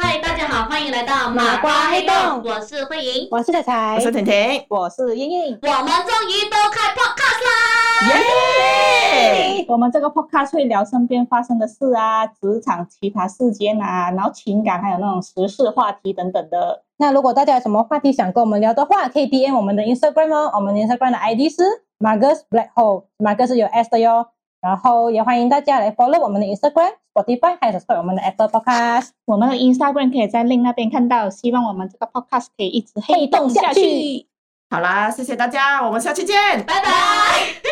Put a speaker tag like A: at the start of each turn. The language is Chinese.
A: 嗨，大家好，欢迎来到
B: 麻瓜黑洞
A: 我是慧莹。
B: 我是彩彩，
C: 我是婷婷，耶！
B: 我是英英。
A: 我们终于都开 podcast 啦！
B: 我们这个 podcast 会聊身边发生的事啊，职场奇葩事件啊，然后情感还有那种时事话题等等的。那如果大家有什么话题想跟我们聊的话，可以 DM 我们的 Instagram 哦，我们的 Instagram 的 ID 是 Margus Black Hole，马哥是有 S 的哟。然后也欢迎大家来 follow 我们的 Instagram、Spotify，还有 subscribe 我们的 Apple Podcast。
D: 我们的 Instagram 可以在 link 那边看到。希望我们这个 podcast 可以一直黑
B: 动
D: 动
B: 下
D: 下
B: 去
D: 去。
C: 好啦，谢谢大家，我们下期见，
A: 拜拜。